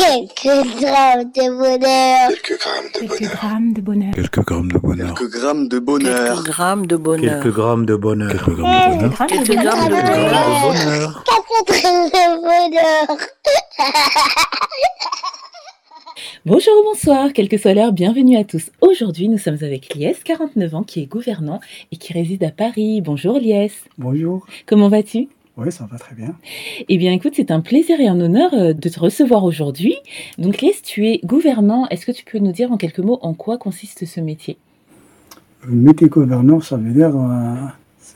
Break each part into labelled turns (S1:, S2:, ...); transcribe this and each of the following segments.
S1: Quelques grammes de bonheur.
S2: Quelques grammes de
S3: Quelques
S2: bonheur.
S3: grammes de bonheur.
S4: Quelques grammes de bonheur.
S5: Quelques grammes de
S6: Quelques
S5: bonheur.
S6: grammes de bonheur.
S7: Quelques grammes de bonheur.
S4: Quelques grammes de bonheur.
S3: Grammes de
S6: Quelques
S3: bonheur.
S6: grammes de
S7: Quelques
S6: bonheur.
S7: grammes de bonheur.
S1: Quatre grammes de bonheur.
S8: Bonjour ou bonsoir, quelle que soit l'heure, bienvenue à tous. Aujourd'hui, nous sommes avec Lies, 49 ans, qui est gouvernant et qui réside à Paris. Bonjour Lies,
S9: Bonjour,
S8: comment vas-tu
S9: oui, ça va très bien.
S8: Eh bien écoute, c'est un plaisir et un honneur euh, de te recevoir aujourd'hui. Donc Lies, tu es gouvernant, est-ce que tu peux nous dire en quelques mots en quoi consiste ce métier
S9: Euh, Multi-gouvernance, ça veut dire euh,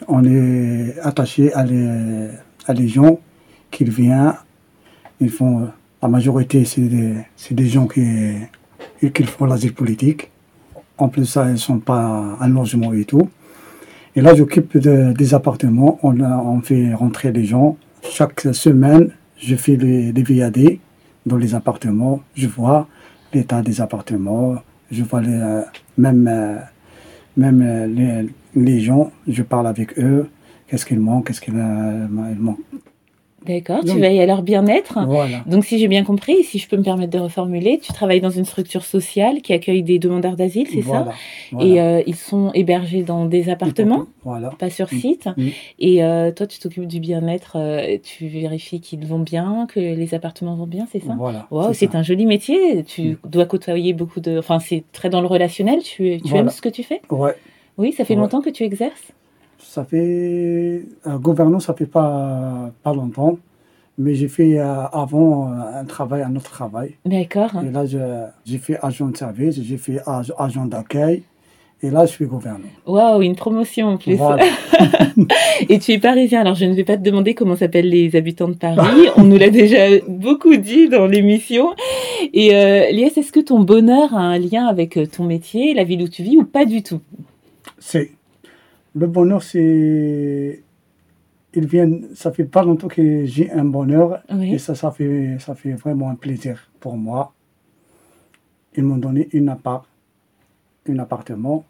S9: on est attaché à les, à les gens qui viennent. Ils font, la majorité, c'est des, c'est des gens qui, qui font l'asile politique. En plus, ça, ils ne sont pas en logement et tout. Et là, j'occupe de- des appartements. On, a- on fait rentrer les gens. Chaque semaine, je fais les, les VAD dans les appartements. Je vois l'état des appartements. Je vois les, euh, même. euh, même euh, les, les gens, je parle avec eux, qu'est-ce qu'ils manquent, qu'est-ce qu'ils euh, ils manquent.
S8: D'accord, tu
S9: Non.
S8: veilles à leur bien-être
S9: Voilà.
S8: donc si j'ai bien compris, et si je peux me permettre de reformuler, tu travailles dans une structure sociale qui accueille des demandeurs d'asile, c'est ça
S9: voilà, voilà.
S8: Et euh, ils sont hébergés dans des appartements
S9: Voilà.
S8: pas sur
S9: Mm.
S8: site.
S9: Mm.
S8: Et euh, toi, tu t'occupes du bien-être, euh, tu vérifies qu'ils vont bien, que les appartements vont bien, c'est ça
S9: Voilà.
S8: Waouh,
S9: c'est
S8: c'est
S9: ça. Mm.
S8: un joli métier. Tu dois côtoyer beaucoup de. Enfin, c'est très dans le relationnel. Tu, tu
S9: Voilà.
S8: aimes ce que tu fais
S9: Ouais.
S8: Oui, ça fait
S9: Ouais.
S8: longtemps que tu exerces
S9: Ça fait. Euh, gouvernance, ça fait pas, pas longtemps, mais j'ai fait euh, avant euh, un travail, un autre travail.
S8: D'accord.
S9: Et là, je- j'ai fait agent de service, j'ai fait ag- agent d'accueil, et là, je suis gouvernant.
S8: Waouh, une promotion en plus.
S9: Voilà.
S8: Et tu es parisien, alors je ne vais pas te demander comment s'appellent les habitants de Paris. On nous l'a déjà beaucoup dit dans l'émission. Et euh, Lies, est-ce que ton bonheur a un lien avec euh, ton métier, la ville où tu vis ou pas du tout
S9: C'est. Le bonheur, c'est. Il vient. Ça fait pas longtemps que j'ai un bonheur
S8: Oui.
S9: Et ça, ça fait, ça fait vraiment un plaisir pour moi. Ils m'ont donné une appart, un appartement.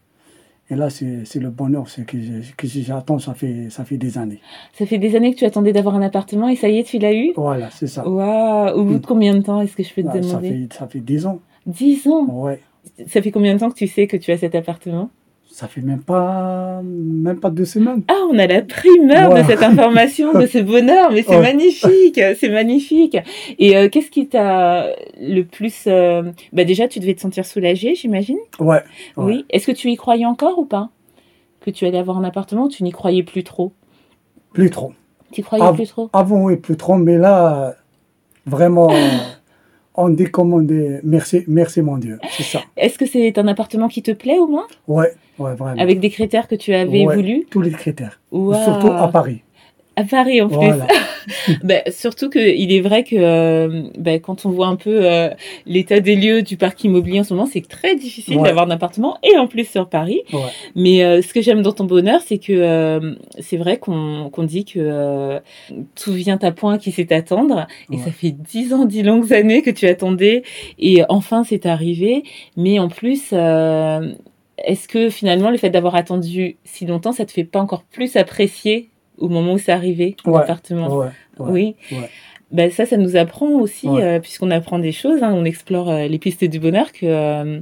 S9: Et là, c'est c'est le bonheur c'est que j'ai- que j'attends, ça fait, ça fait des années.
S8: Ça fait des années que tu attendais d'avoir un appartement et ça y est, tu l'as eu
S9: Voilà, c'est ça.
S8: Waouh Au bout de combien de temps est-ce que je peux te
S9: Ouais, Ah, ça,
S8: demander
S9: fait, ça fait 10 ans.
S8: 10 ans
S9: Ouais.
S8: Ça fait combien de temps que tu sais que tu as cet appartement
S9: Ça fait même pas, même pas deux semaines.
S8: Ah, on a la primeur
S9: Voilà.
S8: de cette information, de ce bonheur, mais c'est
S9: Ouais.
S8: magnifique C'est magnifique Et euh, qu'est-ce qui t'a le plus... euh, Bah déjà, tu devais te sentir soulagée, j'imagine
S9: Ouais. Ouais.
S8: Oui. Est-ce que tu y croyais encore ou pas Que tu allais avoir un appartement ou tu n'y croyais plus trop
S9: Plus trop.
S8: Tu croyais
S9: Ah.
S8: plus trop
S9: Avant, oui, plus trop. Mais là, euh, vraiment, euh, on dit comme on dit, merci, merci mon Dieu. C'est ça.
S8: Est-ce que c'est un appartement qui te plaît au moins
S9: Ouais, ouais, vraiment.
S8: Avec des critères que tu avais
S9: Ouais.
S8: voulu
S9: Tous les critères.
S8: Waouh.
S9: Surtout à Paris.
S8: À Paris en plus.
S9: Voilà.
S8: Bah, surtout que il est vrai que euh, bah, quand on voit un peu euh, l'état des lieux du parc immobilier en ce moment, c'est très difficile
S9: Ouais.
S8: d'avoir un appartement et en plus sur Paris.
S9: Ouais.
S8: Mais euh, ce que j'aime dans ton bonheur, c'est que euh, c'est vrai qu'on qu'on dit que euh, tout vient à point qui sait attendre. Et
S9: Ouais.
S8: ça fait dix ans, dix longues années que tu attendais et enfin c'est arrivé. Mais en plus. euh, est-ce que finalement le fait d'avoir attendu si longtemps, ça te fait pas encore plus apprécier au moment où c'est arrivé
S9: Ouais.
S8: l'appartement
S9: Ouais, ouais.
S8: Oui.
S9: Ouais.
S8: Ben, ça, ça nous apprend aussi,
S9: Ouais.
S8: euh, puisqu'on apprend des choses, hein, on explore euh, les pistes du bonheur, que, euh,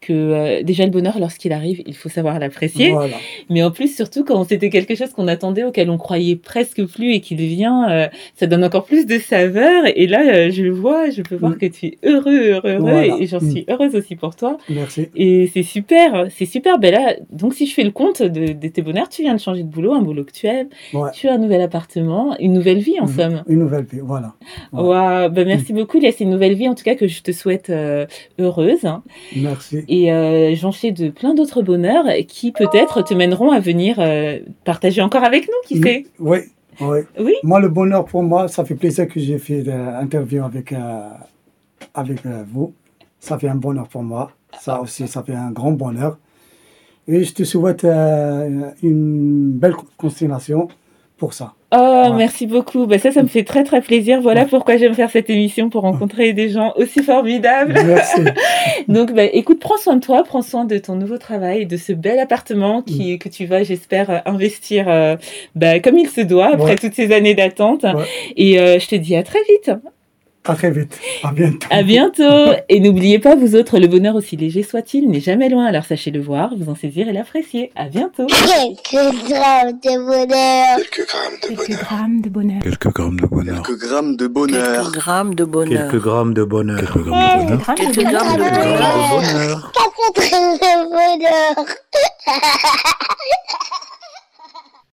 S8: que euh, déjà le bonheur, lorsqu'il arrive, il faut savoir l'apprécier.
S9: Voilà.
S8: Mais en plus, surtout quand c'était quelque chose qu'on attendait, auquel on croyait presque plus et qu'il vient, euh, ça donne encore plus de saveur. Et là, euh, je le vois, je peux voir
S9: Mm.
S8: que tu es heureux, heureux, heureux,
S9: Voilà.
S8: et j'en
S9: Mm.
S8: suis heureuse aussi pour toi.
S9: Merci.
S8: Et c'est super, c'est super. Ben là, donc si je fais le compte de, de tes bonheurs, tu viens de changer de boulot, un boulot que tu aimes,
S9: Ouais.
S8: tu as un nouvel appartement, une nouvelle vie en
S9: Mhm.
S8: somme.
S9: Une nouvelle vie, voilà. Ouais.
S8: Waouh, bah merci beaucoup, Léa. C'est une nouvelle vie, en tout cas, que je te souhaite euh, heureuse. hein.
S9: Merci.
S8: Et euh, j'en sais de plein d'autres bonheurs qui, peut-être, te mèneront à venir euh, partager encore avec nous, qui
S9: Mm.
S8: sait
S9: Oui, oui.
S8: Oui.
S9: Moi, le bonheur pour moi, ça fait plaisir que j'ai fait l'interview avec, euh, avec euh, vous. Ça fait un bonheur pour moi. Ça aussi, ça fait un grand bonheur. Et je te souhaite euh, une belle constellation pour ça.
S8: Oh,
S9: Ouais.
S8: merci beaucoup. Bah, ça, ça me fait très, très plaisir. Voilà pourquoi j'aime faire cette émission, pour rencontrer des gens aussi formidables.
S9: Merci.
S8: Donc, bah, écoute, prends soin de toi, prends soin de ton nouveau travail, de ce bel appartement
S9: Mm.
S8: qui, que tu vas, j'espère, euh, investir euh, bah, comme il se doit après
S9: Ouais.
S8: toutes ces années d'attente.
S9: Ouais.
S8: Et euh, je te dis à très vite.
S9: À très vite. À bientôt.
S8: À bientôt. Et n'oubliez pas, vous autres, le bonheur aussi léger soit-il n'est jamais loin. Alors sachez le voir, vous en saisir et l'apprécier. À bientôt.
S1: Quelques drames de bonheur.
S2: Quelques grammes de
S3: Quelques
S2: bonheur.
S3: grammes de bonheur.
S4: Quelques grammes de
S2: Quelques
S4: bonheur.
S2: grammes de bonheur.
S5: Quelques grammes de bonheur.
S6: Quelques grammes de bonheur.
S3: Quelques
S4: Quelques grammes de bonheur.
S5: Quelques grammes
S3: grammes de
S5: de
S3: bonheur.
S5: bonheur.
S1: Quatre drames de bonheur.